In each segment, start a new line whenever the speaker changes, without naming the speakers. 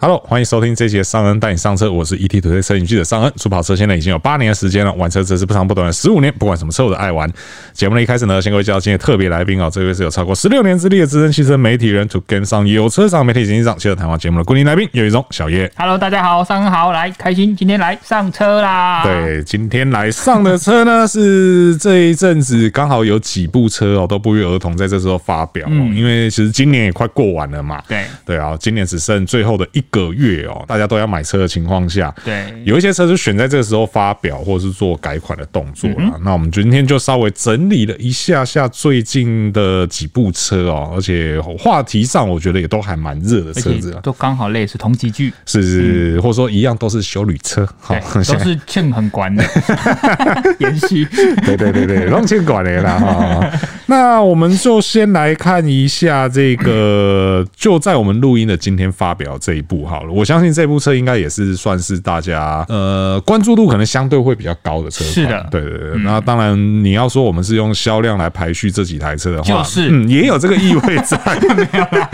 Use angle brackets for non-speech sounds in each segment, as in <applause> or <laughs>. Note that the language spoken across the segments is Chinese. Hello，欢迎收听这期的尚恩带你上车，我是 ET 土车摄影记者尚恩。主跑车现在已经有八年的时间了，玩车则是不长不短的十五年，不管什么车我都爱玩。节目的一开始呢，先各位介绍今天的特别来宾哦，这位是有超过十六年资历的资深汽车媒体人，To Game 上有车上媒体经济长，接着谈话节目的固定来宾有一种小叶。
Hello，大家好，上好，来开心，今天来上车啦。，
对，今天来上的车呢是这一阵子刚好有几部车哦，都不约而同在这时候发表、哦，因为其实今年也快过完了嘛。
嗯对
对啊，今年只剩最后的一个月哦，大家都要买车的情况下，
对
有一些车是选在这个时候发表或者是做改款的动作
嗯
啦。那我们今天就稍微整理了一下下最近的几部车哦，而且话题上我觉得也都还蛮热的
而
车
且
子啊，
都刚好类似同级剧，
是是，或者说一样都是修旅车，好 <laughs>
对，，都是欠很管的，延续。
对对对对，浪钱管的啦哈。那我们就先来看一下这个，就在我们录音的今天发表这一部好了。我相信这部车应该也是算是大家呃关注度可能相对会比较高的车款。
是的嗯
对对对。那当然，你要说我们是用销量来排序这几台车的话，
就是
嗯，也有这个意味在。 <laughs>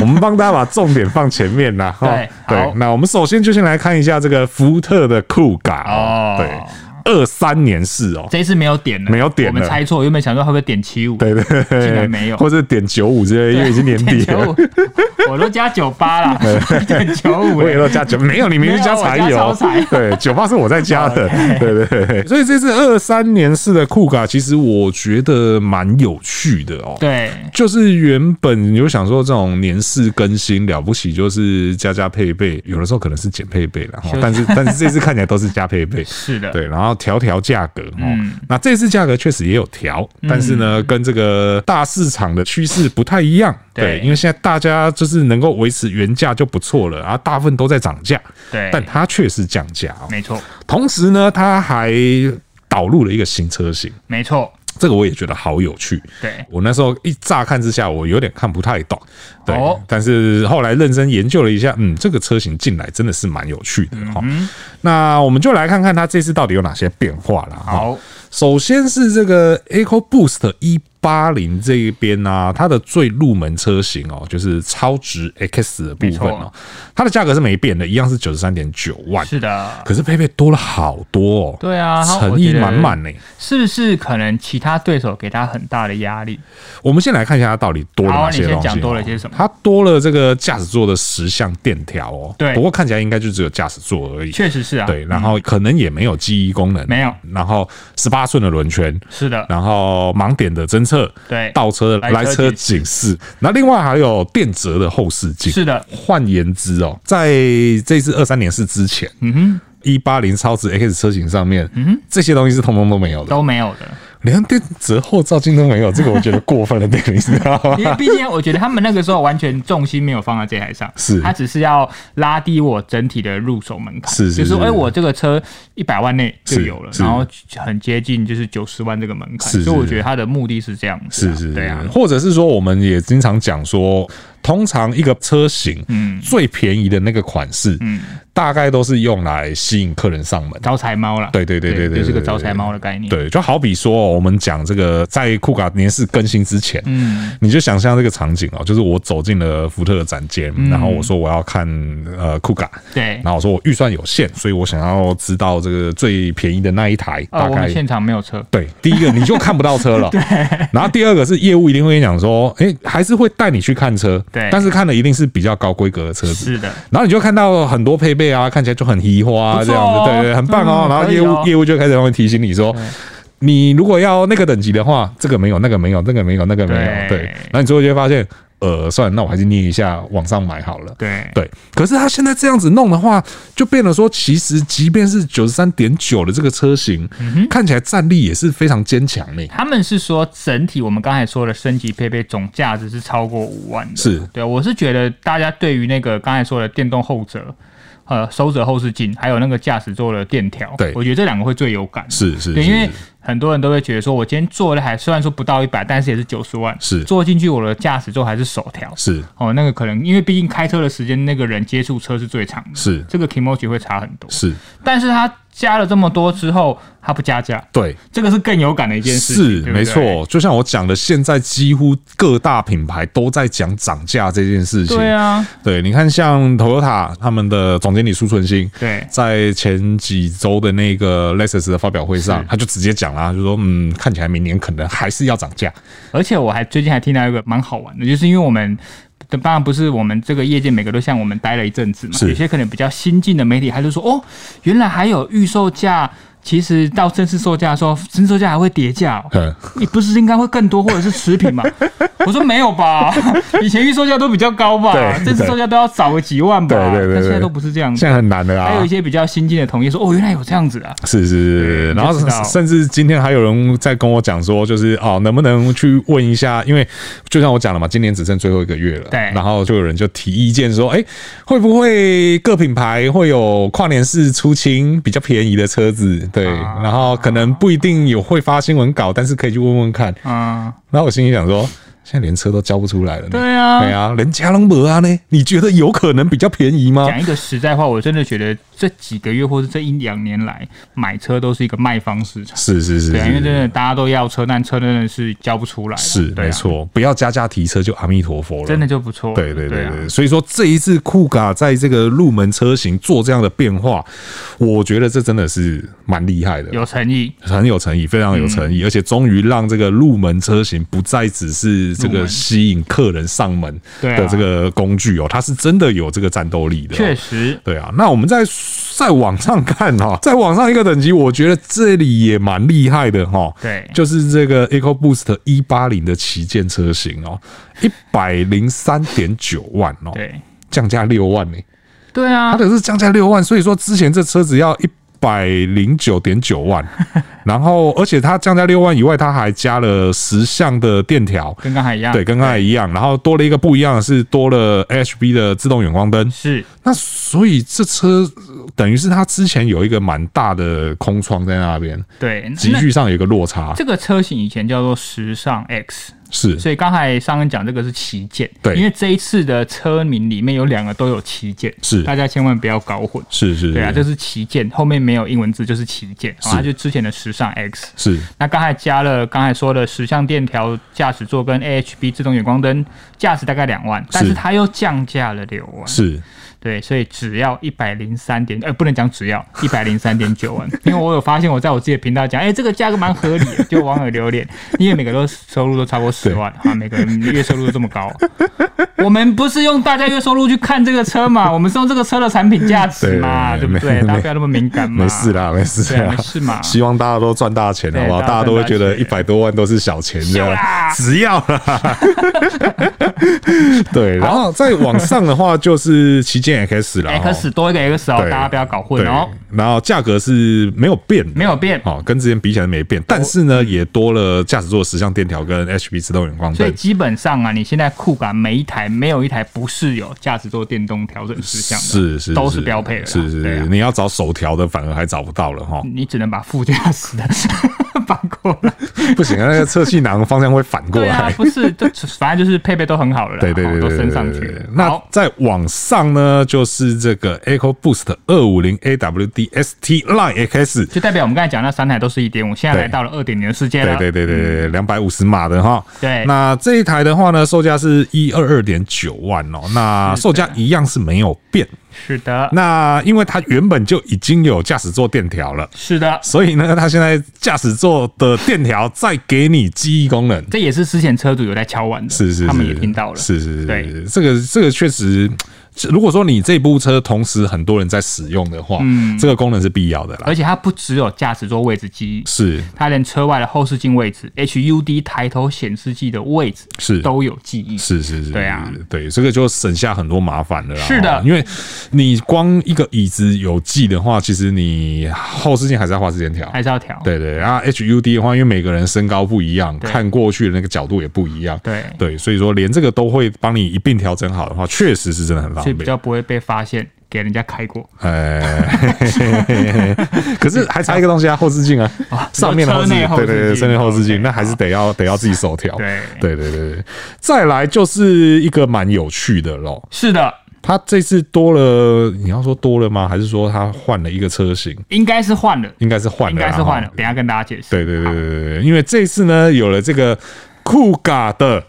我们帮大家把重点放前面啦。哈
对
对
好，
那我们首先就先来看一下这个福特的酷嘎
哦
对。二三年式哦，
这一次没有点了，
没有点了
我们猜错，原本想说会不会点七五，
对对对，
竟然没有
或者点九五之类，因为已经年底
点
了，
95我都加九八
<laughs>
啦，点九五哎
我也都加九，没有，你明明加柴
没有
油
我加超哦柴，
对，九八是我在加
<laughs>
的，对对对，所以这次二三年式的酷卡，其实我觉得蛮有趣的哦。
对
就是原本你就想说这种年式更新了不起，就是加加配备，有的时候可能是减配备了，哈
休息
但是但是这次看起来都是加配备，
是的，嗯
对，然后调调价格哦。那这次价格确实也有调，但是呢，跟这个大市场的趋势不太一样。
对
对，因为现在大家就是能够维持原价就不错了，然后大部分都在涨价，
对
但它却是降价哦。
没错
同时呢，它还导入了一个新车型，
没错，
这个我也觉得好有趣。
对
我那时候一乍看之下，我有点看不太懂，对，
哦
但是后来认真研究了一下，嗯，这个车型进来真的是蛮有趣的哈、
嗯
那我们就来看看它这次到底有哪些变化啦。哈
好，
首先是这个 Eco Boost 一八零这一边呢、啊，它的最入门车型哦，就是超值 X 的部分
没
哦
错，
它的价格是没变的，一样是九十三点九万，
是的，
可是配备多了好多哦，
对啊它
诚
我
意
觉得
满满呢。
是不是可能其他对手给他很大的压力？
我们先来看一下它到底多了
好
哪
啊
些
你先
东西。哦
讲多了些什么
它多了这个驾驶座的十项电条哦。
对
不过看起来应该就只有驾驶座而已。
确实是啊，
对，然后可能也没有记忆功能，
没有。
然后十八寸的轮圈，
是的，
然后盲点的侦测，
对
倒车
来
来
车
车警示。那另外还有电折的后视镜。
是的
换言之哦，在这次二三年式之前，嗯哼。一八零超值 X 车型上面，嗯、这些东西是通通都没有的，
都没有的。
连电折后照镜都没有，这个我觉得过分了 <laughs> 点，你知道吗？
因为毕竟我觉得他们那个时候完全重心没有放在这台上，
是
他只是要拉低我整体的入手门槛，
是是
就是
是
哎、我这个车一百万内就是有了，
是
然后很接近就是九十万这个门槛，
是是
所以我觉得他的目的是这样子、啊，
是是，
对啊
是，或者是说，我们也经常讲说，通常一个车型，嗯，最便宜的那个款式，嗯，大概都是用来吸引客人上门。
招财猫了，
对对对对对，
就是个
对
招财猫的概念，
对，就好比说哦，我们讲这个在酷卡年式更新之前，嗯，你就想象这个场景哦，就是我走进了福特的展间，然后我说我要看呃酷卡，
对
然后我说我预算有限，所以我想要知道这个最便宜的那一台，
呃，
大
我
概
们现场没有车，
对，第一个你就看不到
<laughs>
车了，对。然后第二个是业务一定会跟你讲说，诶，还是会带你去看车，
对
但是看的一定是比较高规格的车子。
是的，
然后你就看到很多配备啊，看起来就很移花、啊
不
这
错
样子，
哦
对对对，很棒哦。
嗯
然后
可以
业务、
哦
业务就开始会提醒你说，你如果要那个等级的话，这个没有，那个没有，那个没有，那个没有，
对
对。然后你最后就会发现，呃，算了，那我还是捏一下网上买好了。
对
对，可是他现在这样子弄的话，就变得说，其实即便是九十三点九的这个车型，
嗯
看起来战力也是非常坚强的。
他们是说整体我们刚才说的升级配备总价值是超过五万的，
是
对。啊我是觉得大家对于那个刚才说的电动后折、呃手折后视镜，还有那个驾驶座的电条，
对
我觉得这两个会最有感，
是是，
对，
是
因为很多人都会觉得说，我今天坐了还虽然说不到一百，但是也是九十万，
是
坐进去我的驾驶座还是手条，
是
哦，那个可能因为毕竟开车的时间，那个人接触车是最长的，
是
这个 emoji 会差很多，
是
但是它加了这么多之后，它不加价，
对，
这个是更有感的一件事情，
是
对不对
没错。就像我讲的，现在几乎各大品牌都在讲涨价这件事情。
对啊，
对，你看像 Toyota 他们的总经理苏存兴，
对
在前几周的那个 Lexus 的发表会上
是，
他就直接讲啦，就说嗯，看起来明年可能还是要涨价。
而且我还最近还听到一个蛮好玩的，就是因为我们。当然不是我们这个业界每个都像我们待了一阵子嘛，
是
有些可能比较新进的媒体，他就说哦，原来还有预售价，其实到正式售价的时候，正式售价还会叠价、
<laughs>
哦，
嗯，
你不是应该会更多或者是持
<laughs>
平吗？我说没有吧，以前预售价都比较高吧
对，
这次售价都要少个几万吧，
对对对对
但现在都不是这样子。
现在很难的
还
啊
有一。些比较新进的同业说，哦，原来有这样子啊，
是是是，
对
然后
你就知道
甚至今天还有人在跟我讲说，就是哦，能不能去问一下？因为就像我讲了嘛，今年只剩最后一个月了，
对
然后就有人就提意见说，哎，会不会各品牌会有跨年式出清比较便宜的车子？对，
啊
然后可能不一定有会发新闻稿，但是可以去问问看。
嗯，
然后我心里想说，现在连车都交不出来了呢。
对啊
对啊，连加隆博啊呢？你觉得有可能比较便宜吗？
讲一个实在话，我真的觉得这几个月或是这一两年来，买车都是一个卖方市场。
是是是，
对啊，
是
因为真的大家都要车，但车真的是交不出来。
是
对啊
没，错，不要加价提车就阿弥陀佛了。
真的就不错。
对对对
啊
对，所以说这一次酷卡在这个入门车型做这样的变化，我觉得这真的是蛮厉害的，
有嗯诚意。
很有诚意，非常有诚意，而且终于让这个入门车型不再只是这
入
个
门
吸引客人上门
对啊
的这个工具哦，它是真的有这个战斗力的哦，
确实，
对啊，那我们再再往上看哈、再往上一个等级，我觉得这里也蛮厉害的哈、
对
就是这个 EcoBoost 一八零的旗舰车型哦，一百零三点九万哦，
对
降价六万呢、
对啊
它，的是降价六万，所以说之前这车子要一百零九点九
<laughs>
万，然后而且它降价六万以外，它还加了十项的电条。
跟刚才一样。
对，跟刚才一样，然后多了一个不一样的是，多了 HB 的自动远光灯，
是
那所以这车呃等于是它之前有一个蛮大的空窗在那边，
对。
集
那
聚上有一个落差，
这个车型以前叫做时尚 X，
是
所以刚才上恩讲这个是旗舰，
对
因为这一次的车名里面有两个都有旗舰，
是
大家千万不要搞混。
是是，
对啊，这是旗舰，后面没有英文字就是旗舰，哦
是
它就之前的时尚 X。
是
那刚才加了刚才说的十项电条、驾驶座跟 AHB 自动远光灯，价值大概两万，但是它又降价了六万。
是
对，所以只要一百零三点，呃，不能讲只要一百零三点九万，因为我有发现我在我自己的频道讲，哎、这个价格蛮合理的，就网友留恋，因为每个都收入都超过十万啊，每个人月收入都这么高，啊我们不是用大家月收入去看这个车嘛，我们是用这个车的产品价值嘛，
对
对不
没
对？
没
大家不要那么敏感嘛，
没事，啦，没事
对啊，
啦
没，事嘛，
希望大家都赚大钱，啊好不好？
对
大家都会觉得
大家
一
赚大
百多万都是小钱这
秀
样 <laughs>
啦，
只要啦。对，然后再往上的话就是旗舰 X 了
X 多一个 X 哦，
对
大家不要搞混
对
哦，，
然后价格是没有变的，
没有变，
哦，跟之前比起来没变，但是呢，也多了驾驶座十项电条跟 HB 自动远光
所以
灯。
基本上啊，你现在酷感每一台没有一台不是有驾驶座电动调整事项的，
是是
都是标配的啦，
是是
对
是，
啊嗯
你要找手调的反而还找不到了哈，
你只能把副驾驶的 <laughs> 搬过来，
不行啊，那个侧气囊方向会反过
<laughs> 对啊，
来。
不是，就反正就是配备都很好了啦，哦
对对对
都
对对
升上
对
去
对
了。
那
好
再往上呢，就是这个 Eco Boost 二五零 AWD ST Line X，
就代表我们刚才讲那三台都是一点五，现在
对
来到了二点零的世界
对
了。
对对对对，两百五十码的哈。
嗯对
那这一台的话呢，售价是一二二点九万哦，那售价一样是没有变。
是的，
那因为它原本就已经有驾驶座电条了，
是的，
所以呢，它现在驾驶座的电条再给你记忆功能。
这也是之前车主有在敲完的，
是是是，
他们也听到了，
是是
对
是，这个这个确实，如果说你这部车同时很多人在使用的话，
嗯
这个功能是必要的啦。
而且它不只有驾驶座位置记忆，
是
它连车外的后视镜位置、HUD 抬头显示器的位置
是
都有记忆。
是是是，
对啊，
对，这个就省下很多麻烦了啦。
是的
哦因为你光一个椅子有记的话，其实你后视镜还是要画时间条。
还是要调。
对对，啊然后 HUD 的话，因为每个人身高不一样，
对
看过去的那个角度也不一样，
对
对，所以说连这个都会帮你一并调整好的话，确实是真的很方
所以
便。
比较不会被发现给人家开过。
呃，哎 <laughs> 可是还差一个东西啊，后视镜啊，上面的后视
哦车内
镜，
后
对
视镜
对对，车内后视镜，
OK，
那还是得要得要自己手调。
对
对对对对，再来就是一个蛮有趣的咯，
是的，
它这次多了，你要说多了吗？还是说它换了一个车型？
应该是换了，
应该是换
应
了啦，
该是换了
哈。
等一下跟大家解释。
对对对对对对，因为这次呢，有了这个酷嘎的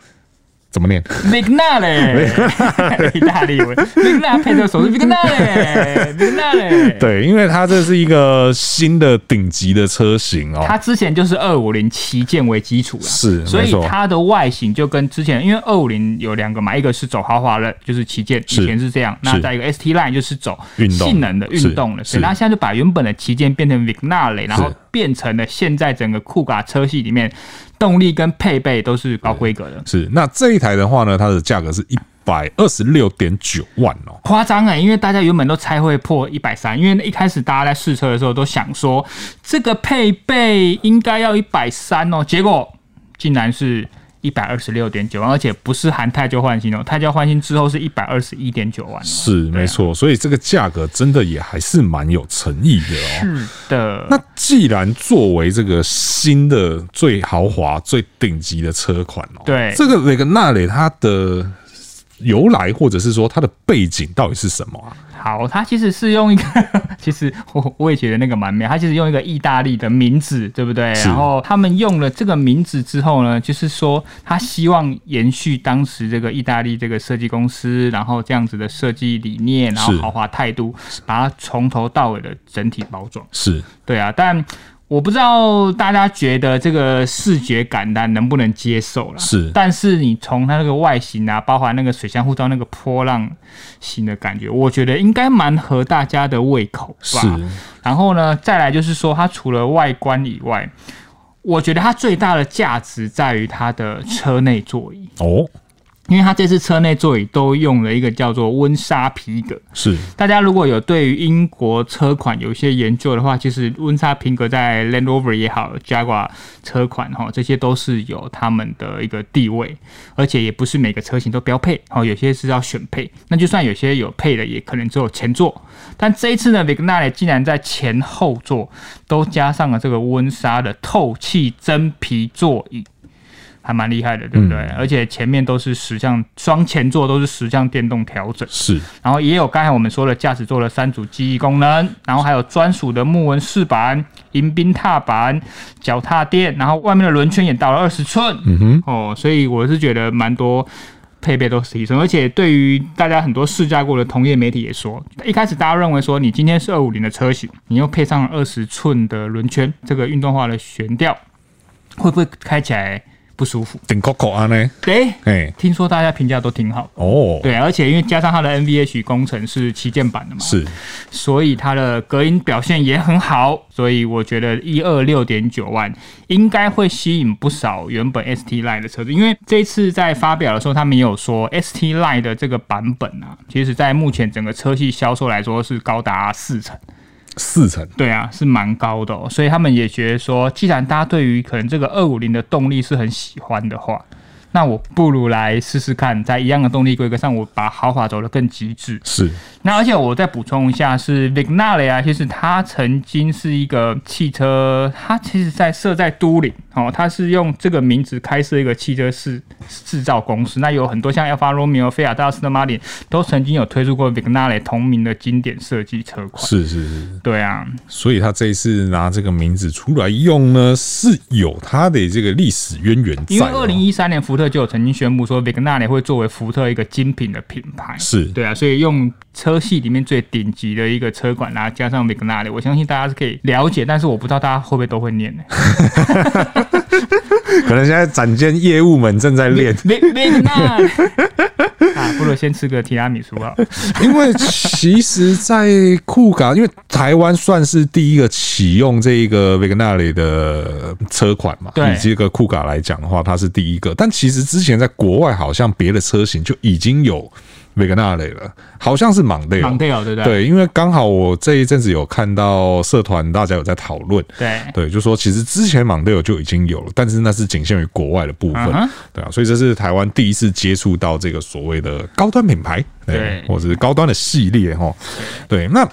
怎么念？
m c n a 嘞， <laughs> 意大利文 m c n a 配着手势 m c n a 嘞
<laughs>
m c n a 嘞。
对，因为它这是一个新的顶级的车型哦。
它之前就是二五零旗舰为基础啦，
是
所
没
以
错
它的外形就跟之前，因为二五零有两个嘛，一个是走豪华的，就是旗舰，
是
以前是这样，那
是
再一个 ST Line 就是走
运动
性能的
是
运动的，
是
所以它现在就把原本的旗舰变成 Vignale，然后变成了现在整个酷卡车系里面动力跟配备都是高规格的。
是，那这一台的话呢，它的价格是一百二十六点九万哦。
夸张哎，因为大家原本都猜会破一百三，因为一开始大家在试车的时候都想说这个配备应该要一百三哦，结果竟然是一百二十六点九万，而且不是含太旧换新哦，太旧换新之后是一百二十一点九万哦。
是，没错，所以这个价格真的也还是蛮有诚意的哦。
是的，
那既然作为这个新的最豪华、最顶级的车款哦，
对
这个雷格纳雷它的由来，或者是说它的背景到底是什么啊？
好，它其实是用一个， <laughs> 其实我我也觉得那个蛮妙，它其实用一个意大利的名字，对不对？
是
然后他们用了这个名字之后呢，就是说他希望延续当时这个意大利这个设计公司，然后这样子的设计理念，然后
是
豪华态度，把它从头到尾的整体包装。
是
对啊，但我不知道大家觉得这个视觉感单能不能接受啦。
是
但是你从它那个外形啊，包含那个水箱护罩那个波浪形的感觉，我觉得应该蛮合大家的胃口吧。
是，
然后呢，再来就是说，它除了外观以外，我觉得它最大的价值在于它的车内座椅，
哦，
因为它这次车内座椅都用了一个叫做温莎皮革。
是
嗯大家如果有对于英国车款有一些研究的话，其实温莎平格在 Land Rover 也好，Jaguar 车款哈，这些都是有他们的一个地位，而且也不是每个车型都标配哦，有些是要选配。那就算有些有配的，也可能只有前座。但这一次呢 v i g n a l e 竟然在前后座都加上了这个温莎的透气真皮座椅。还蛮厉害的，对不对？而且前面都是十项，双前座都是十项电动调整，
是
然后也有刚才我们说的驾驶座的三组记忆功能，然后还有专属的木纹饰板、迎宾踏板、脚踏垫，然后外面的轮圈也到了二十寸，嗯哼，哦，所以我是觉得蛮多。配备都是提升，而且对于大家很多试驾过的同业媒体也说，一开始大家认为说你今天是二五零的车型，你又配上二十寸的轮圈，这个运动化的悬吊，会不会开起来不舒服？
顶 Coco 啊呢？
诶、
哎，
听说大家评价都挺好的
哦，
对，而且因为加上它的 NVH 工程是旗舰版的嘛，
是
所以它的隔音表现也很好，所以我觉得一二六点九万应该会吸引不少原本 ST Line 的车子，因为这一次在发表的时候，他们也有说 ST Line 的这个版本啊，其实在目前整个车系销售来说是高达四成。
四层，
对啊，是蛮高的、哦，所以他们也觉得说，既然大家对于可能这个二五零的动力是很喜欢的话，那我不如来试试看，在一样的动力规格上，我把豪华走得更极致。
是
那而且我再补充一下，是 Vignale 啊，其实它曾经是一个汽车，它其实在设在都灵哦，它是用这个名字开设一个汽车制制造公司。那有很多像 Alfa Romeo、菲亚特、斯特马林都曾经有推出过 Vignale 同名的经典设计车款。
是是是，
对啊，
所以他这一次拿这个名字出来用呢，是有他的这个历史渊源在
因为
的哦。
二零一三年福特就有曾经宣布说 v i g n a l 会作为福特一个精品的品牌，
是
对啊，所以用车系里面最顶级的一个车款，然后加上 v i g n a l 我相信大家是可以了解，但是我不知道大家会不会都
<laughs>
会念呢、
可能现在展间业务们正在练，
v i v i g n a l <laughs> 啊，不如先吃个提拉米苏啊，
因为其实，在酷卡，因为台湾算是第一个启用这个 v i g n a l 的车款嘛，
对
以这个酷卡来讲的话，它是第一个。但其实之前在国外，好像别的车型就已经有 v i g n a l 了，好像是莽 d
绑 tail 啊对不对？
对，因为刚好我这一阵子有看到社团大家有在讨论，
对
对，就说其实之前莽队友就已经有了，但是那是仅限于国外的部分
嗯哼
对啊，所以这是台湾第一次接触到这个所谓的高端品牌，
对
或者是高端的系列哈。对，那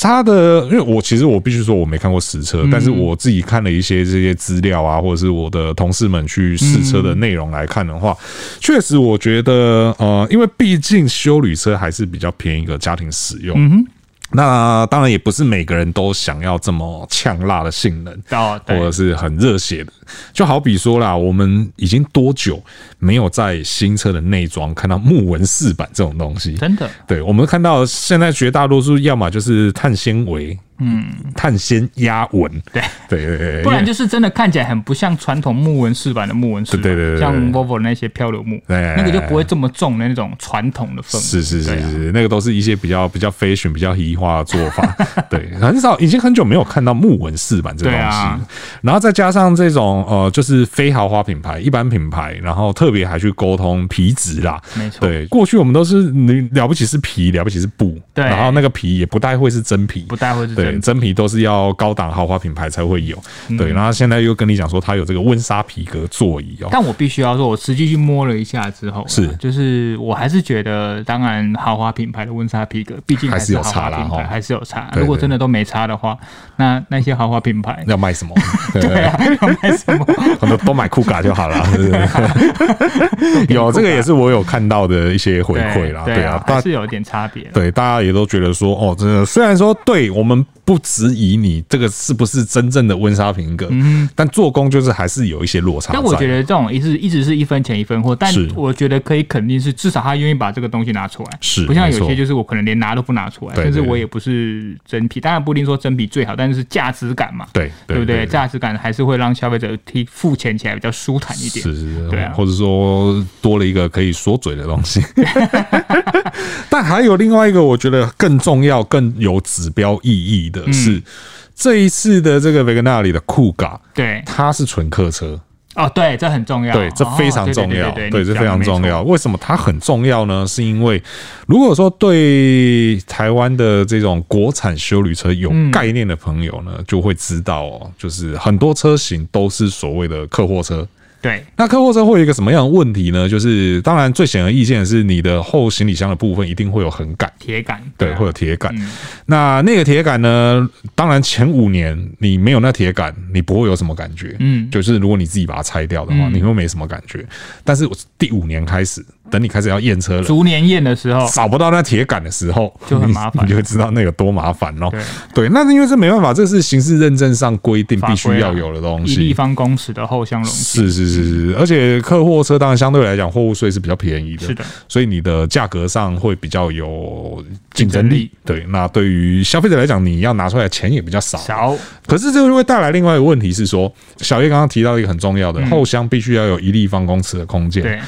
它的，因为我其实我必须说我没看过实车，
嗯
但是我自己看了一些这些资料啊，或者是我的同事们去试车
嗯
的内容来看的话，确实我觉得呃，因为毕竟修旅车还是比较偏一个家庭使用。
嗯
那当然也不是每个人都想要这么呛辣的性能，
哦
或
对
者是很热血的。就好比说啦，我们已经多久没有在新车的内装看到木纹饰板这种东西？
真的
对，我们看到现在绝大多数要么就是碳纤维，嗯，碳纤压纹，
对
对对对，
不然
因为
就是真的看起来很不像传统木纹饰板的木纹饰板，啊
对对对对
像 Volvo 那些漂流木，
哎
那个就不会这么重的那种传统的氛围。
是是是
对啊
是，那个都是一些比较比较 fashion、比较移化的做法， <laughs> 对，很少，已经很久没有看到木纹饰板这个东西。
对啊
然后再加上这种呃，就是非豪华品牌、一般品牌，然后特别还去沟通皮质啦，
没错
对，过去我们都是你了不起是皮，了不起是布，
对
然后那个皮也不太会是真皮，
不太会是
对，
真嗯
真皮都是要高档豪华品牌才会有。对，然后现在又跟你讲说，它有这个温莎皮革座椅哦。
但我必须要说，我实际去摸了一下之后啊，
是
就是我还是觉得，当然豪华品牌的温莎皮革，毕竟
还是
是
有
豪华
差啦
品牌，
吼
还是有差。
对
如果
对
真的都没差的话，那那些豪华品牌，
要卖什么？
对 <laughs> 啊，要卖什么？
很多都买酷嘎就好
<laughs>
了。对对对 <laughs> 有这个也是我有看到的一些 <laughs> 回馈啦，对
对
啊，
还
大
是有点差别啦。
对大家也都觉得说，哦，真的，虽然说对我们不质疑你这个是不是真正的温莎皮革，但做工就是还是有一些落差在。
嗯但我觉得这种一直一直是一分钱一分货，但
是
我觉得可以肯定是至少他愿意把这个东西拿出来，
是
不像有
没错
些就是我可能连拿都不拿出来，
对
甚至
对
我也不是真皮，当然不一定说真皮最好，但是价值感嘛，
对对
对不
对
对？价值感还是会让消费者替付钱起来比较舒坦一点，
是是是，
对啊
或者说多了一个可以说嘴的东
<laughs>
西。但还有另外一个，我觉得更重要、更有指标意义
嗯
的是，这一次的这个维格纳里的酷嘎，
对，
它是纯客车，
哦，对，这很重要，
对，这
哦
非常重要，
对
对，
对，
这
你
非常
讲
重
得没错。
要。为什么它很重要呢？是因为如果说对台湾的这种国产修旅车有
嗯
概念的朋友呢，就会知道哦，就是很多车型都是所谓的客货车。
对，
那客货车会有一个什么样的问题呢？就是当然最显而易见的是，你的后行李箱的部分一定会有横杆。
铁杆，
对，
啊
会有铁杆。那那个铁杆呢？当然前五年你没有那铁杆，你不会有什么感觉。
嗯
就是如果你自己把它拆掉的话，你会没什么感觉。但是我第五年开始，等你开始要验车了，
逐年验的时候，
找不到那铁杆的时候，
就很麻烦
你你就会知道那有多麻烦哦。
对
对，那是因为这没办法，这是刑事认证上规定
法
必须
规啊
要有的东
一
西。
立方公尺的后箱容积，
是是是是，而且客货车当然相对来讲，货物税是比较便宜的，
是的，
所以你的价格上会比较有竞争
竞争
力
力。
对，那对于消费者来讲，你要拿出来的钱也比较少。
少，
可是这就会带来另外一个问题是说，小叶刚刚提到一个很重要的，后箱必须要有一立方公尺的空间。
嗯对，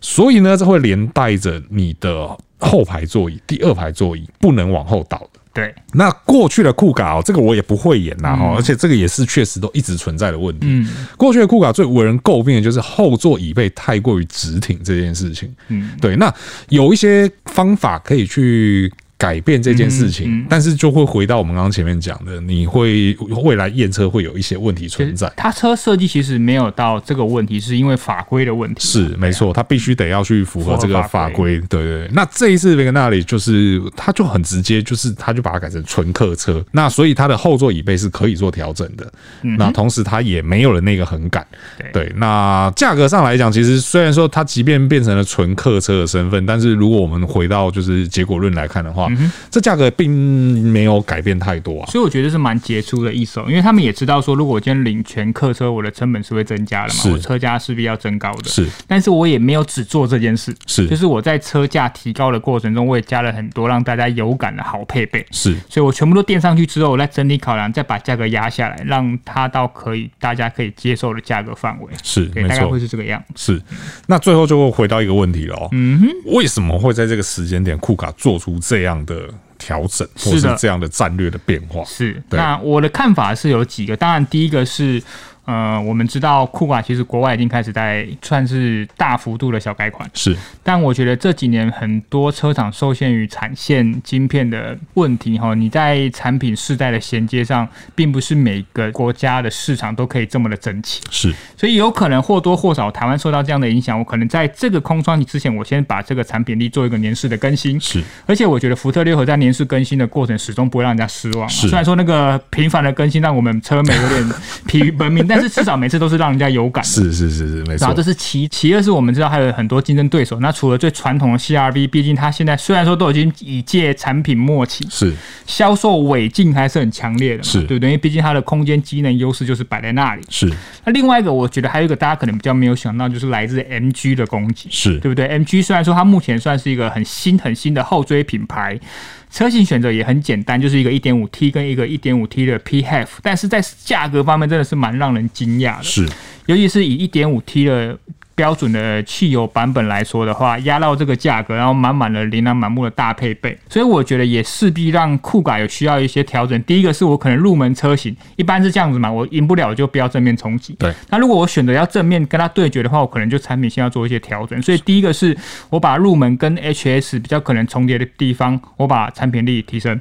所以呢，这会连带着你的后排座椅、第二排座椅不能往后倒的。
对，
那过去的酷卡哦，这个我也不会演啦、哦，而且这个也是确实都一直存在的问题。
嗯
过去的酷卡最为人诟病的就是后座椅背太过于直挺这件事情。
嗯，
对，那有一些方法可以去。改变这件事情，
嗯嗯
但是就会回到我们刚刚前面讲的，你会未来验车会有一些问题存在。
它车设计其实没有到这个问题，是因为法规的问题。
是没错，他必须得要去符合这个法
啊符合
规。对对对，那这一次维格纳里就是，他就很直接，就是他就把它改成纯客车，那所以它的后座椅背是可以做调整的。
嗯
那同时它也没有了那个横杆。
对
对，那价格上来讲，其实虽然说它即便变成了纯客车的身份，但是如果我们回到就是结果论来看的话，
嗯
这价格并没有改变太多啊。
所以我觉得是蛮杰出的一手，因为他们也知道说，如果我今天领全客车，我的成本是会增加的嘛
是，
我车价势必要增高的。
是
但是我也没有只做这件事，
是
就是我在车价提高的过程中，我也加了很多让大家有感的好配备。
是，
所以我全部都垫上去之后，我再整体考量，再把价格压下来，让它到可以大家可以接受的价格范围。
是
对，
没
大概
错
会是这个样子。
是，那最后就会回到一个问题了哦，嗯哼，为什么会在这个时间点库卡做出这样的调整，或
是
是
的
这样的战略的变化？
是，
对
那我的看法是有几个，当然第一个是。呃，我们知道酷啊，其实国外已经开始在算是大幅度的小改款，
是
但我觉得这几年很多车厂受限于产线晶片的问题，哈，你在产品世代的衔接上，并不是每个国家的市场都可以这么的整齐，
是
所以有可能或多或少台湾受到这样的影响。我可能在这个空窗期之前，我先把这个产品力做一个年式的更新，
是
而且我觉得福特六合在年式更新的过程始终不会让人家失望。
是
虽然说那个频繁的更新让我们车美有点疲 <laughs> 于奔命，但是至少每次都是让人家有感的。
是是是是，没
然
错
后这，是其其二是我们知道还有很多竞争对手。那除了最传统的 CRV，毕竟它现在虽然说都已经已届产品末期，
是
销售尾劲还是很强烈的嘛，
是
对不对？因为毕竟它的空间机能优势就是摆在那里。
是
那另外一个，我觉得还有一个大家可能比较没有想到，就是来自 MG 的攻击。
是
对不对？MG 虽然说它目前算是一个很新很新的后追品牌，车型选择也很简单，就是一个 1.5T 跟一个 1.5T 的 PHEV，但是在价格方面真的是蛮让人惊讶的。
是
尤其是以 1.5T 的标准的汽油版本来说的话，压到这个价格，然后满满的琳琅满目的大配备，所以我觉得也势必让酷改有需要一些调整。第一个是我可能入门车型一般是这样子嘛，我赢不了我就不要正面冲击。
对，
那如果我选择要正面跟它对决的话，我可能就产品线要做一些调整。所以第一个是我把入门跟 HS 比较可能重叠的地方，我把产品力提升。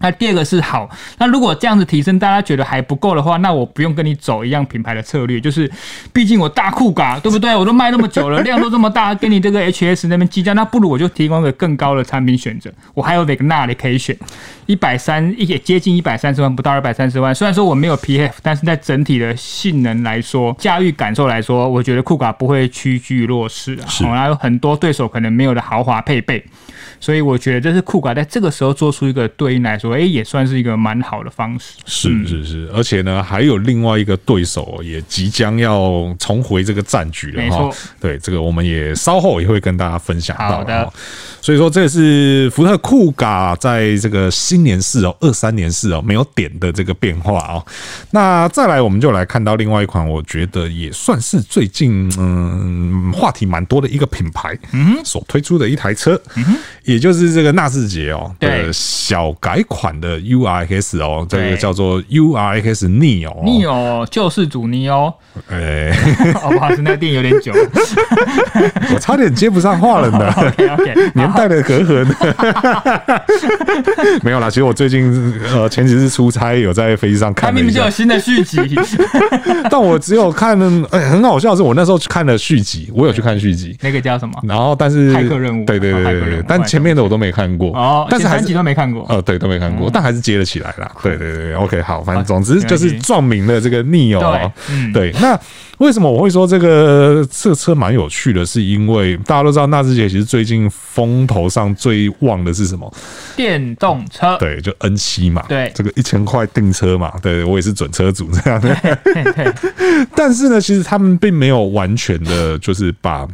那第二个是好，那如果这样子提升，大家觉得还不够的话，那我不用跟你走一样品牌的策略，就是，毕竟我大酷嘎，对不对？我都卖那么久了，量都这么大，跟你这个 HS 那边计较，那不如我就提供一个更高的产品选择，我还有 Vegna 可以选，一百三也接近一百三十万，不到二百三十万。虽然说我没有 PF，但是在整体的性能来说，驾驭感受来说，我觉得酷嘎不会屈居弱势啊，
是
哦然后有很多对手可能没有的豪华配备。所以我觉得这是酷改在这个时候做出一个对应来说，哎、也算是一个蛮好的方式。
是是是，而且呢，还有另外一个对手也即将要重回这个战局了
没
哈
错。
对，这个我们也稍后也会跟大家分享到
好
了
的
哈。所以说，这是福特酷嘎在这个新年式哦，二三年式哦，没有点的这个变化哦。那再来，我们就来看到另外一款，我觉得也算是最近嗯话题蛮多的一个品牌，嗯，所推出的一台车，嗯，也就是这个纳智捷哦
对
的小改款的 U R X 哦，这个
对
叫做 U R X Neo，哦
你有 <laughs> 救世主你哦，
哎， <laughs>
哦，不好意思，那个电影有点久。 <laughs>
我差点接不上话了呢。
OK OK，
年代的隔阂
<laughs>
呢？ <laughs> 没有啦，其实我最近呃前几次出差有在飞机上
他
看了
明
一
明就有
下，
新的续集， <laughs>
但我只有看，哎、很好笑的是，我那时候去看了续集，我有去看续集，
那个叫什么？
然后但是
骇客任务
对对对对
骇客任
对
务，
但前面的我都没看过，
哦，
<laughs> 但是
前
还
三集
是
都没看过。
呃对都没看过，但还是接了起来啦。对对对，OK 好，反正总之就是
嗯没问题
撞名了这个 Neo，哦
对嗯
对，那为什么我会说这个这个车蛮有趣的？是因为大家都知道纳智捷其实最近风头上最旺的是什么？
电动车，
对，就 N 七嘛，
对
这个一千块订车嘛，对我也是准车主这
<laughs>
样的。但是呢，其实他们并没有完全的，就是把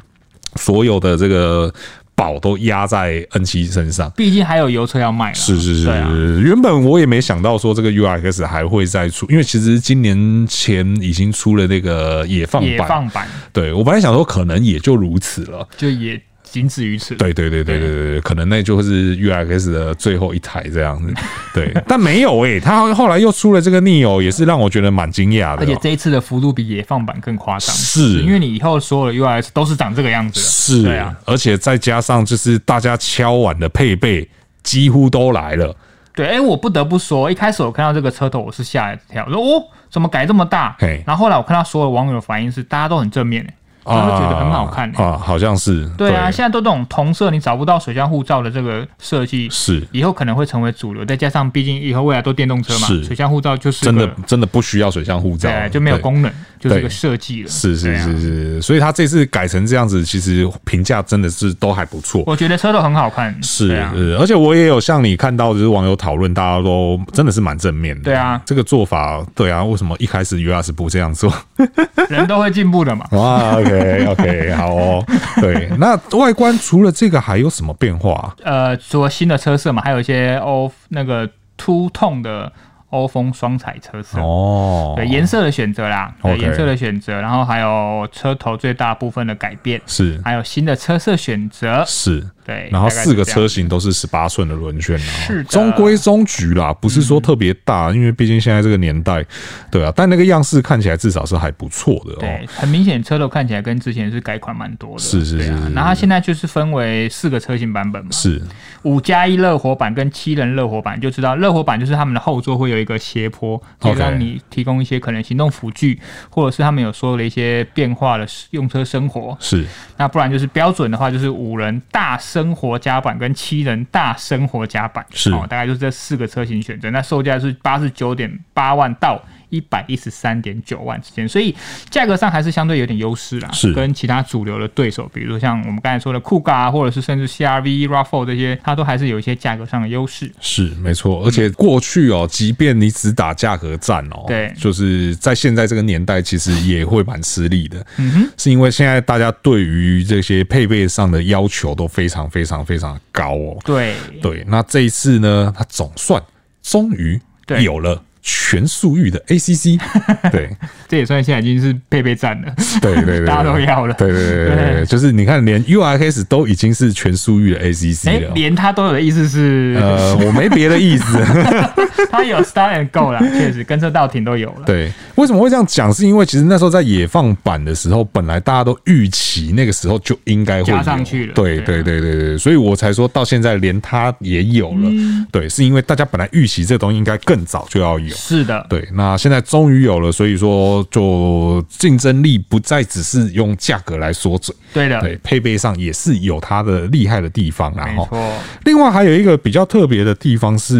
所有的这个宝都压在 N 七身上。
毕竟还有油车要卖了。
是是是是，
对啊
原本我也没想到说这个 U R X 还会再出，因为其实今年前已经出了那个野放
野
版，
放版
对我本来想说可能也就如此了，
就也仅止于此。
对对对对对对
嗯
对，可能那就是 U R X 的最后一台这样子。对， <laughs> 但没有诶、他后来又出了这个 Neo，也是让我觉得蛮惊讶的
而且
哦、
这一次的幅度比野放版更夸张，
是
因为你以后所有的 US 都是长这个样子的。
是，
对啊
而且再加上就是大家敲碗的配备几乎都来了，
对，哎、我不得不说，一开始我看到这个车头，我是吓一跳，我说哦，怎么改这么大
嘿？
然后后来我看到所有网友的反应是，大家都很正面、欸，然后觉得很好看、欸。
啊，好像是。
对啊，现在都这种同色，你找不到水箱护罩的这个设计，
是
以后可能会成为主流。再加上，毕竟以后未来都电动车嘛
是，
水箱护罩就是
真的
个
真的不需要水箱护罩
对，，就没有
对
功能，就是
对
个设计了。
是是
对啊
是是，所以他这次改成这样子，其实评价真的是都还不错。
我觉得车头很好看。
是、
对啊，
是，而且我也有像你看到，就是网友讨论，大家都真的是蛮正面的。
对啊
这个做法，对啊，为什么一开始 U S 不这样做？
人都会进步的嘛。
<laughs> 哇，OK OK，好哦。对，那外观除了这个还有什么变化？
呃，除了新的车色嘛，还有一些欧那个凸痛的欧风双彩车色。
哦，
对颜色的选择啦，对
OK
颜色的选择，然后还有车头最大部分的改变，
是
还有新的车色选择，
是，
对，
然后
大概
四个
是这
车
样，
型都是十八寸的轮圈啊，
是的嗯
中规中矩啦，不是说特别大，因为毕竟现在这个年代，对啊，但那个样式看起来至少是还不错的哦
对，，很明显车头看起来跟之前是改款蛮多的，
是是
对啊
是是
然后它现在就是分为四个车型版本嘛，
是
五加一热火版跟七人热火版，就知道热火版就是他们的后座会有一个斜坡，可以
OK
让你提供一些可能行动辅具，或者是他们有说了一些变化的用车生活。
是
那不然就是标准的话，就是五人大生活加版跟七人大生活加版，
是
哦，大概就是这四个车型选择。那售价是八十九点八万到一百一十三点九万之间，所以价格上还是相对有点优势啦，
是
跟其他主流的对手，比如说像我们刚才说的酷 a 啊，或者是甚至 CRV、RAV4 这些，它都还是有一些价格上的优势。
是没错，而且过去哦，即便你只打价格战哦，
嗯对
就是在现在这个年代，其实也会蛮吃力的。嗯哼，是因为现在大家对于这些配备上的要求都非常非常非常高哦。
对，
对，那这一次呢，它总算终于
对
有了全速域的
<laughs>
ACC，对
这也算现在已经是配备战了，
对对对对，
大家都要了。
对，对对对对对，
对
就是你看，连 URKS 都已经是全速域的
哎
ACC 了，。
连它都有的意思是， <laughs>
呃，我没别的意思。
它有 Start and Go 啦，确实跟车到停都有了。
对，为什么会这样讲？是因为其实那时候在野放版的时候，本来大家都预期那个时候就应该会有
加上去了
对
对
对
啊
对对对，所以我才说到现在连它也有了。
嗯
对，是因为大家本来预期这东西应该更早就要有。
是的，
对，那现在终于有了，所以说就竞争力不再只是用价格来说准，
对的，
对，配备上也是有它的厉害的地方啦。
没
哈。
错，
另外还有一个比较特别的地方是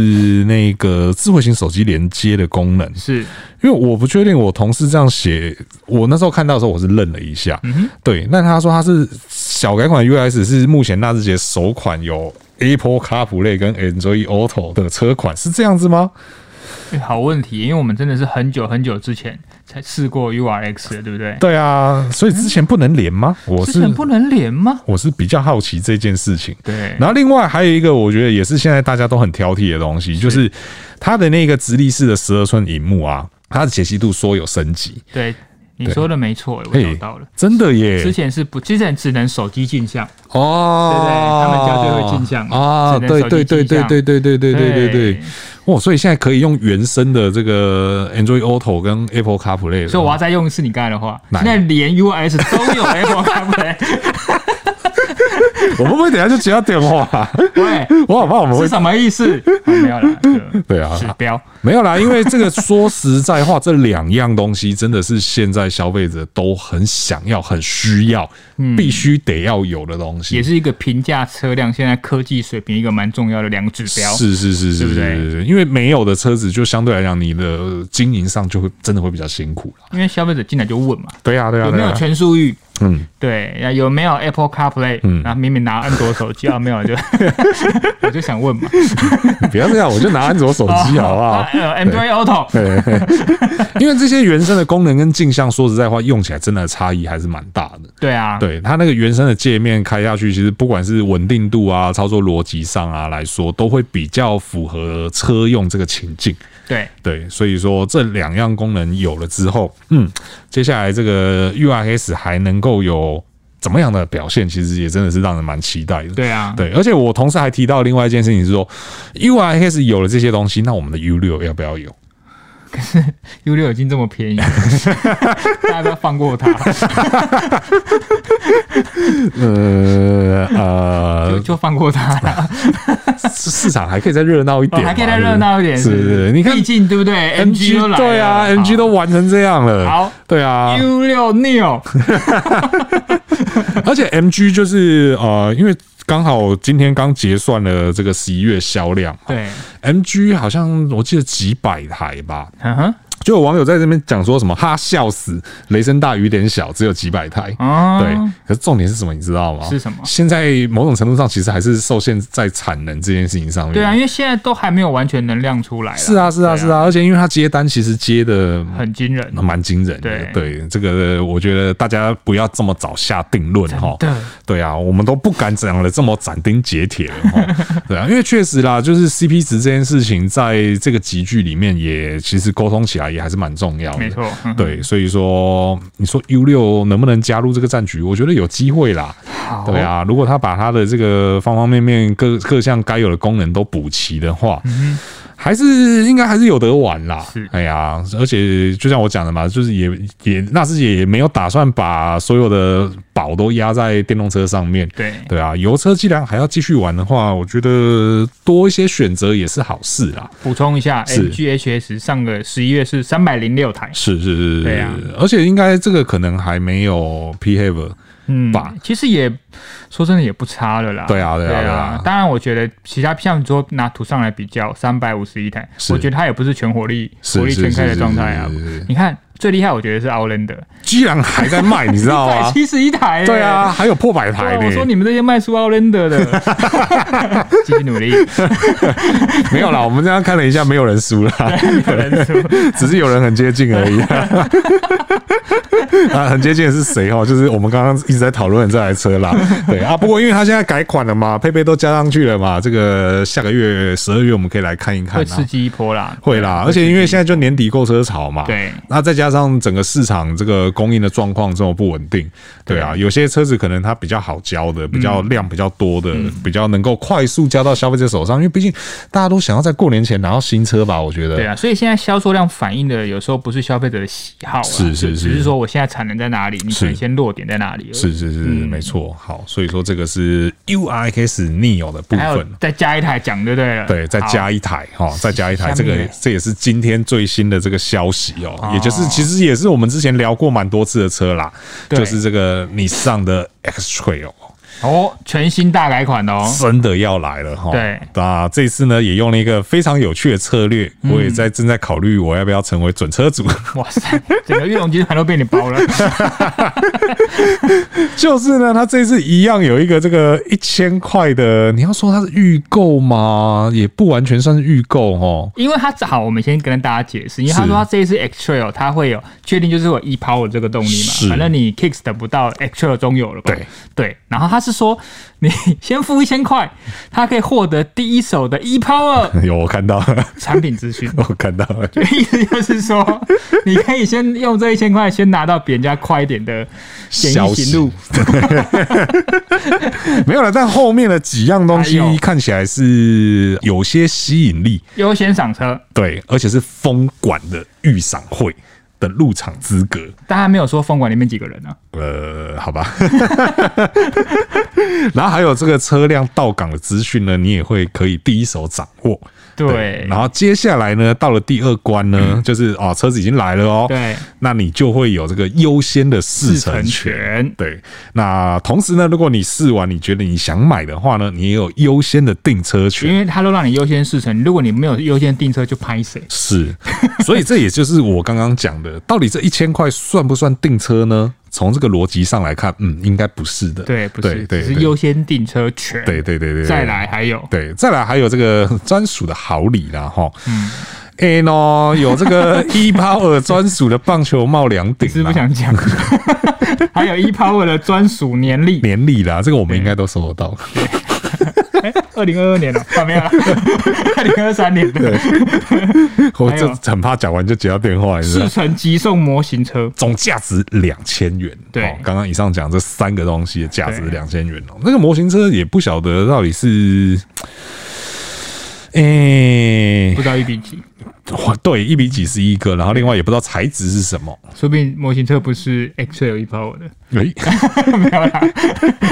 那个智慧型手机连接的功能，
是
因为我不确定我同事这样写，我那时候看到的时候我是愣了一下，对，那他说他是小改款 US 是目前纳智捷首款有 Apple CarPlay 跟 Android Auto 的车款，是这样子吗？
哎好问题，因为我们真的是很久很久之前才试过 URX 的，对不对？
对啊，所以之前不能连吗？我
之
是
前不能连吗？
我是比较好奇这件事情。
对，
然后另外还有一个，我觉得也是现在大家都很挑剔的东西，就是它的那个直立式的十二寸荧幕啊，它的解析度说有升级，
对，你
对
说的没错，我找
嘿
到了。，
真的
之
耶！
前是不，之前只能手机镜像，
哦，
对对他们家就会进项
啊，
只能
对
手
对
机
对
进
对
项
对对对对对对对
对，
哇！所以现在可以用原生的这个 Android Auto 跟 Apple CarPlay 了，
所以我要再用一次你刚才的话，
哪一
现在连 US 都有 <laughs> Apple CarPlay，
我们会不会等一下就接到电话啊？
喂，
我好怕我们会
是什么意思？啊没有啦，就
对啊
指标
没有啦，因为这个说实在话，这两样东西真的是现在消费者都很想要、很需要、必须得要有的东西。
也是一个评价车辆现在科技水平一个蛮重要的两个指标。
是是是是是
对不对
是是，因为没有的车子，就相对来讲，你的呃经营上就会真的会比较辛苦了。
因为消费者进来就问嘛，
对呀、对呀、啊
有没
对呀、
有全速域？
嗯，
对，那有没有 Apple CarPlay？然后明明拿安卓手机啊，没有就 <laughs> 我就想问嘛，
不要这样，我就拿安卓手机
<laughs>
好不好
啊？呃，Android Auto，
对， <laughs> 因为这些原生的功能跟镜像，说实在话，用起来真的差异还是蛮大的。
对啊，
对它那个原生的界面开下去，其实不管是稳定度啊、操作逻辑上啊来说，都会比较符合车用这个情境。
对，
对，所以说这两样功能有了之后，嗯，接下来这个 URS 还能够有怎么样的表现，其实也真的是让人蛮期待的。
对啊，
对，而且我同事还提到另外一件事情是说，URS 有了这些东西，那我们的 U 六要不要有？
U 六已经这
<laughs>
么便宜了，大家不要放过它，
呃 <laughs>
就
呃，
就放过它啦，
市场还可以再热闹一
我
点嘛，
哦还可以再热闹一点，
是
不
不是？你看
毕竟对不对
NG
都来了，
对啊，NG 都玩成这样了，
好
对啊
U 六 Neo，
而且 MG 就是呃，因为刚好今天刚结算了这个十一月销量嘛
对，
，MG 好像我记得几百台吧，
嗯哼，
就有网友在这边讲说什么，哈笑死，雷声大雨点小，只有几百台。
啊，
对，可是重点是什么，你知道吗？
是什么
现在某种程度上，其实还是受限在产能这件事情上面。
对啊，因为现在都还没有完全能量出来啦，
是啊，是啊，
对
是啊，而且因为他接单其实接的
很惊人，
蛮惊人的。
对
对，这个我觉得大家不要这么早下定论哈。
真的
对啊，我们都不敢讲的这么斩钉截铁了
<laughs>
哈。对啊，因为确实啦，就是 CP 值这件事情，在这个集聚里面也其实沟通起来也还是蛮重要的。
没错，嗯
对，所以说你说 U 六能不能加入这个战局？我觉得有机会啦。
好
对啊，如果他把他的这个方方面面各各项该有的功能都补齐的话，还是应该还是有得玩啦
是。
哎呀，而且就像我讲的嘛，就是也也纳智捷也没有打算把所有的宝都压在电动车上面。
对
对啊，油车既然还要继续玩的话，我觉得多一些选择也是好事啦。
补充一下
是
，MGHS 上个十一月是三百零六台，
是是是，
对啊
而且应该这个可能还没有 E Behave
嗯
吧，
其实也说真的也不差了啦。
对啊对啊
对
对啊
当然，我觉得其他像你说拿图上来比较，三百五十一台，
是
我觉得它也不是全火力、
是
火力
是
全开
是
的
是
状态啊
是是是。
你看最厉害，我觉得是 Outlander，
居然还在卖，你知道
<laughs> 一百
吗？
七十一台、欸。
对啊，还有破百
对
台
啊。
呢。
我说你们这些卖出
<laughs>
Outlander 的，继续努力，
没有啦，我们这样看了一下，没有人输
<laughs>
啦，
有人输。
只是有人很接近而
<laughs>
已。啊，很接近的是谁哦？就是我们刚刚一直在讨论的这台车啦。对啊，不过因为它现在改款了嘛，配备都加上去了嘛，这个下个月十二月我们可以来看一看
会
啊
刺。激一波啦，
会啦，而且因为现在就年底购车潮嘛，
对
那再加上整个市场这个供应的状况这么不稳定，对啊，有些车子可能它比较好交的，比
嗯
较量比较多的，比较能够快速交到消费者手上，因为毕竟大家都想要在过年前拿到新车吧，我觉得，
对啊，所以现在销售量反映的有时候不是消费者的喜好啊，
是是是
只是说我现在产能在哪里，你可
是
能先落点在哪里而已。
是是是，
嗯
没错。好，所以说这个是 U I X Neo 的部
还有
分。
再加一台讲就对了，
对，再
好
加一台哈、哦，再加一台，
下
这个
面呢
这也是今天最新的这个消息哦，也就是其实也是我们之前聊过蛮多次的车啦，
对
就是这个你上的 X Trail
哦，全新大改款
<laughs>
哦，
真的要来了哈、
对
那这次呢也用了一个非常有趣的策略，我也在正在考虑我要不要成为准车主，
嗯哇塞，整个玉龙集团都被你包
<laughs>
了，<laughs>
就是呢，它这次一样有一个这个一千块的，你要说它是预购吗？也不完全算是预购哦。
因为它好，我们先跟大家解释，因为他
是
说他这一次 X Trail 它会有确定就是有 E Power 这个动力
是
嘛，反正你 Kicks 等不到 X Trail 中有了吧？
对
对，然后他是说 <laughs> 你先付一千块，他可以获得第一手的 E Power
有我看到，
产品资讯。
<laughs> 我看到了。
意思就是说，你可以先用这一千块，先拿到比人家快一点的简易行路，
没有了，但后面的几样东西
还有
看起来是有些吸引力，
优先赏车。
对，而且是封馆的预赏会的入场资格。
但他没有说风管里面几个人啊，
呃，好吧。 <laughs> 然后还有这个车辆到港的资讯呢，你也会可以第一手掌握。
对，
然后接下来呢，到了第二关呢，就是哦，车子已经来了哦，
对，
那你就会有这个优先的试乘权。
试乘权
对，那同时呢，如果你试完你觉得你想买的话呢，你也有优先的订车权
因。为他都让你优先试乘，如果你没有优先订车，就拍谁？
是，所以这也就是我刚刚讲的，到底这一千块算不算订车呢？从这个逻辑上来看，嗯，应该不是的。
对，不是，
对
只是
对
优先订车权。
对对对对，
再来还有
对，再来还有这个专属的好礼啦，哈。嗯。哎喏，有这
<laughs>
个伊巴尔专属的棒球帽两顶
是不
啦，<laughs>
想讲，还有 E Power 的专属年历，
年历啦，这个我们应该都收得
<laughs>
到。
哎，二零二二年了，啊没有
<laughs>
了，二零二三年的
我
还
这
有
很怕讲完就接到电话，你知道
试。乘急送模型车，
总价值两千元，
对
哦刚刚以上讲这三个东西的价值
对
两千元哦。那个模型车也不晓得到底是，哎
不，知道一比几，
哇对，一比几是一个，然后另外也不知道材质是什么。
说不定模型车不是 X 有 E Power 的。
哎
<laughs> 没有啦。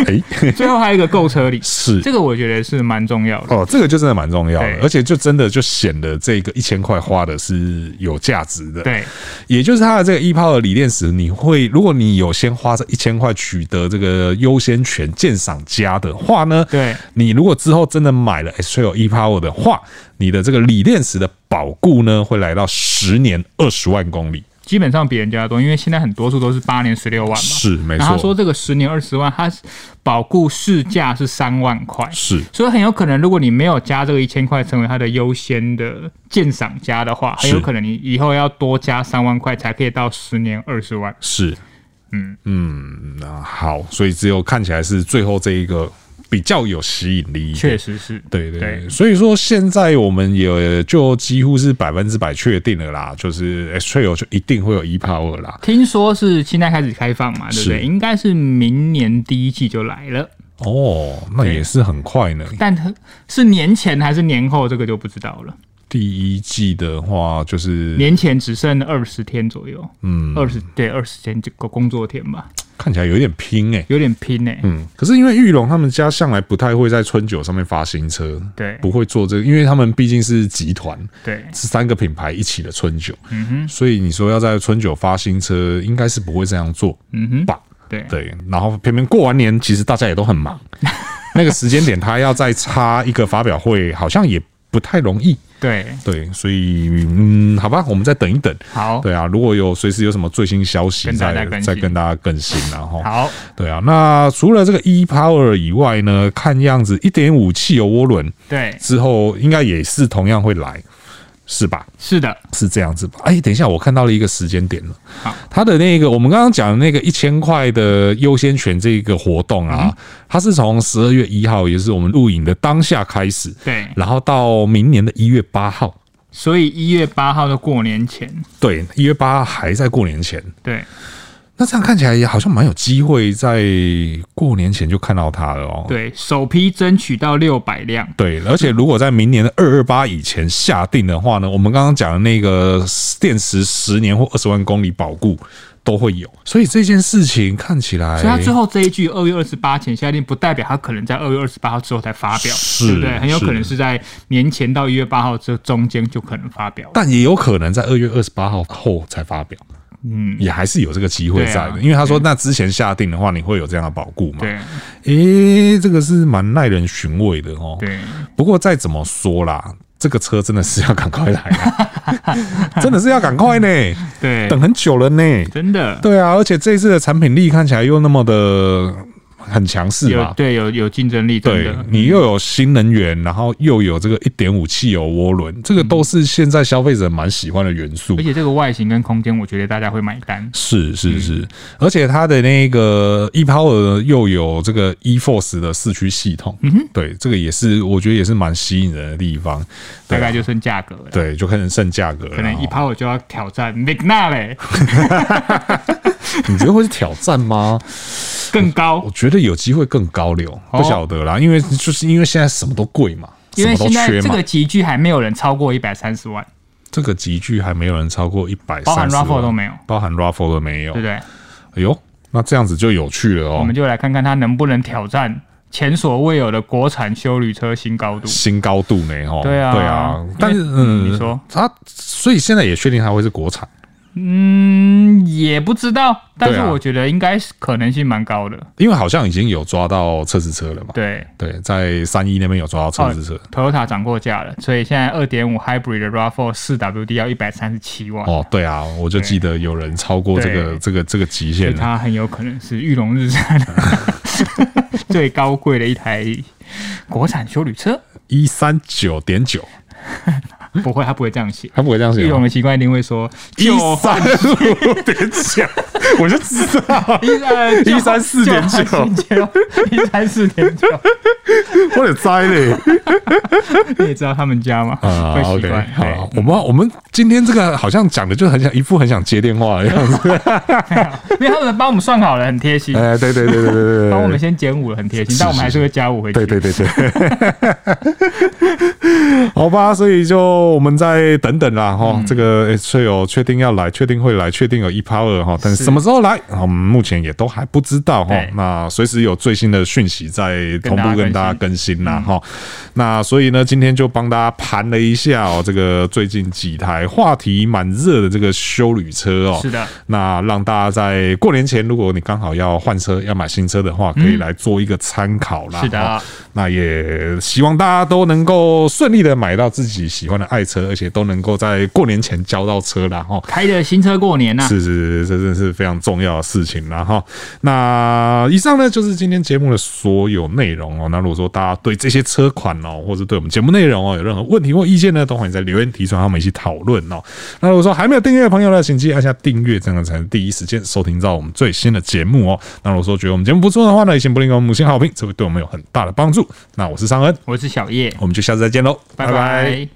哎，
最后还有一个购车礼，
是
这个我觉得是蛮重要的。
哦，这个就真的蛮重要的
对，
而且就真的就显得这个一千块花的是有价值的。，
对，
也就是它的这个 e p o 的理念时，你会如果你有先花这一千块取得这个优先权鉴赏家的话呢，
对
你如果之后真的买了 X Trail e p o 的话，你的这个锂电池的保固呢，会来到十年二十万公里。
基本上比人家多，因为现在很多数都是八年十六万嘛。
是没
然啊后他
错
说，这个十年二十万，他保固市价是三万块，
是
所以很有可能，如果你没有加这个一千块成为他的优先的鉴赏家的话，很有
是
可能你以后要多加三万块才可以到十年二十万。
是，嗯嗯，那好，所以只有看起来是最后这一个比较有吸引力一点，
确实是，
对对对，
对
所以说现在我们也就几乎是百分之百确定了啦，就是 X Trail 就一定会有 E Power 啦。
听说是现在开始开放嘛，对不
是
对？应该是明年第一季就来了，
哦，那也是很快呢。
但它是年前还是年后，这个就不知道了。
嗯第一季的话就是
年前只剩二十天左右，
嗯，
二十对二十天这个工作天吧，
看起来有一点拼哎、
有点拼呢、
嗯，可是因为玉龙他们家向来不太会在春酒上面发新车，
对
不会做这个，因为他们毕竟是集团，
对，
是三个品牌一起的春酒，嗯哼，所以你说要在春酒发新车，应该是不会这样做，
嗯哼，
吧？
对
对，然后偏偏过完年，其实大家也都很
<laughs>
忙，那个时间点他要再插一个发表会，好像也不太容易。
对，
对，所以嗯，好吧，我们再等一等。
好
对啊，如果有随时有什么最新消息，
跟大家
再
更新
再跟大家更新，然后
好，
对啊，那除了这个 e power 以外呢，看样子一点五汽油涡轮
对，
之后应该也是同样会来，是吧？
是的，
是这样子吧？哎、等一下，我看到了一个时间点了
好。
它的那个我们刚刚讲的那个一千块的优先权这个活动啊，它是从十二月一号，也就是我们录影的当下开始，
对，
然后到明年的一月八号。
所以一月八号的过年前，
对，一月八号还在过年前，
对，
那这样看起来也好像蛮有机会在过年前就看到它了哦。
对，首批争取到六百辆，
对，而且如果在明年的二二八以前下定的话呢，我们刚刚讲的那个电池十年或二十万公里保固都会有，所以这件事情看起来，
所以他最后这一句二月二十八前下定，不代表他可能在二月二十八号之后才发表，
是
对不对？很有
是
可能是在年前到一月八号这中间就可能发表了，
但也有可能在二月二十八号后才发表，
嗯，
也还是有这个机会在的，
对啊
因为他说那之前下定的话，你会有这样的保固嘛？
对
诶、这个是蛮耐人寻味的哦。
对，
不过再怎么说啦，这个车真的是要赶快来啊， <laughs> 真的是要赶快呢，
<laughs> 对，
等很久了呢。
真的
对啊，而且这一次的产品力看起来又那么的很强势
有嗯
嘛。
对有有竞争力，真
对
的，
你又有新能源，然后又有这个一点五汽油涡
嗯
轮，这个都是现在消费者蛮喜欢的元素
而。且这个外形跟空间，我觉得大家会买单，
是是是，
嗯
而且它的那个 e power 又有这个 e force 的四驱系统，
嗯
对，这个也是我觉得也是蛮吸引人的地方。对
大
啊
概就剩价格了。
对，就开始剩价格了。
可能一
然后
趴我就要挑战 m i g n a 嘞，
<laughs> 你觉得会是挑战
<laughs>
吗？
更高
我，觉得有机会更高流，
哦
不晓得啦，因为就是因为现在什么都贵嘛，
因
什
为
么都
现在
缺
这
嘛
个。集聚还没有人超过一百三十万，
这个集聚还没有人超过一百，
包含 Raffle 都没有
包含 Raffle 都没有
对不。对？嗯
哎呦，那这样子就有趣了
我
哦
们，就来看看他能不能挑战前所未有的国产修旅车新高度。
新高度呢，哦，
对啊
对啊
因为，
但是嗯，
你说
它，所以现在也确定它会是国产。
嗯，也不知道，但是
对啊
我觉得应该是可能性蛮高的。
因为好像已经有抓到测试车了嘛。
对
对，在三一那边有抓到测试车。
，Toyota 涨过价了，所以现在二点五 Hybrid 的 Rav4 四 WD 要一百三十七万，
哦，对啊，我就记得有人超过这个
对
这个这个极
所
限
以
啊了。
它很有可能是玉 <laughs> 龙日产最高贵的一台国产修旅车。
一三九点九，
不会，他不会这样写。
他不会这样写
玉龙
吗。
的习惯一定会说
啊一
就
三五点九， <laughs> 我就知道，
一三
一三四点九
九，一三四点九。
我得栽嘞。
你也知道他们家嘛，
啊
<laughs> 会习
，OK，
惯。
好了，我们我们今天这个好像讲的就很想一副很想接电话的样
<laughs>
子。
对，因为他们帮我们算好了，很贴心，
哎，对对对对对对对，
帮我们先减五了，很贴心，
是
但我们还是会加五回去。
对对对 <laughs> 对，好吧，所以就我们再等等啦哈。这个翠友确定要来，确定会来，确定有 e power 哈，但是
是
什么时候来，啊我们目前也都还不知道哈
对。
那随时有最新的讯息再同步
跟
跟大家更新啦哈。那所以呢，今天就帮大家盘了一下哦，这个最近几台话题蛮热的这个修旅车哦，
是的，
那让大家在过年前，如果你刚好要换车、要买新车的话，可以来做一个参考啦。
嗯是的
哦那也希望大家都能够顺利的买到自己喜欢的爱车，而且都能够在过年前交到车啦。哦哈。
开着新车过年啊呐、
是是是，这真是非常重要的事情啦。哈。那以上呢就是今天节目的所有内容哦。那如果说大家对这些车款哦，或者对我们节目内容哦有任何问题或意见呢，都欢迎在留言提出来，我们一起讨论哦。那如果说还没有订阅的朋友呢，请记得按下订阅，这样才能第一时间收听到我们最新的节目哦。那如果说觉得我们节目不错的话呢，也请不吝给我们五星好评，这会对我们有很大的帮助。那我是尚恩，
我是小叶，
我们就下次再见喽，
拜拜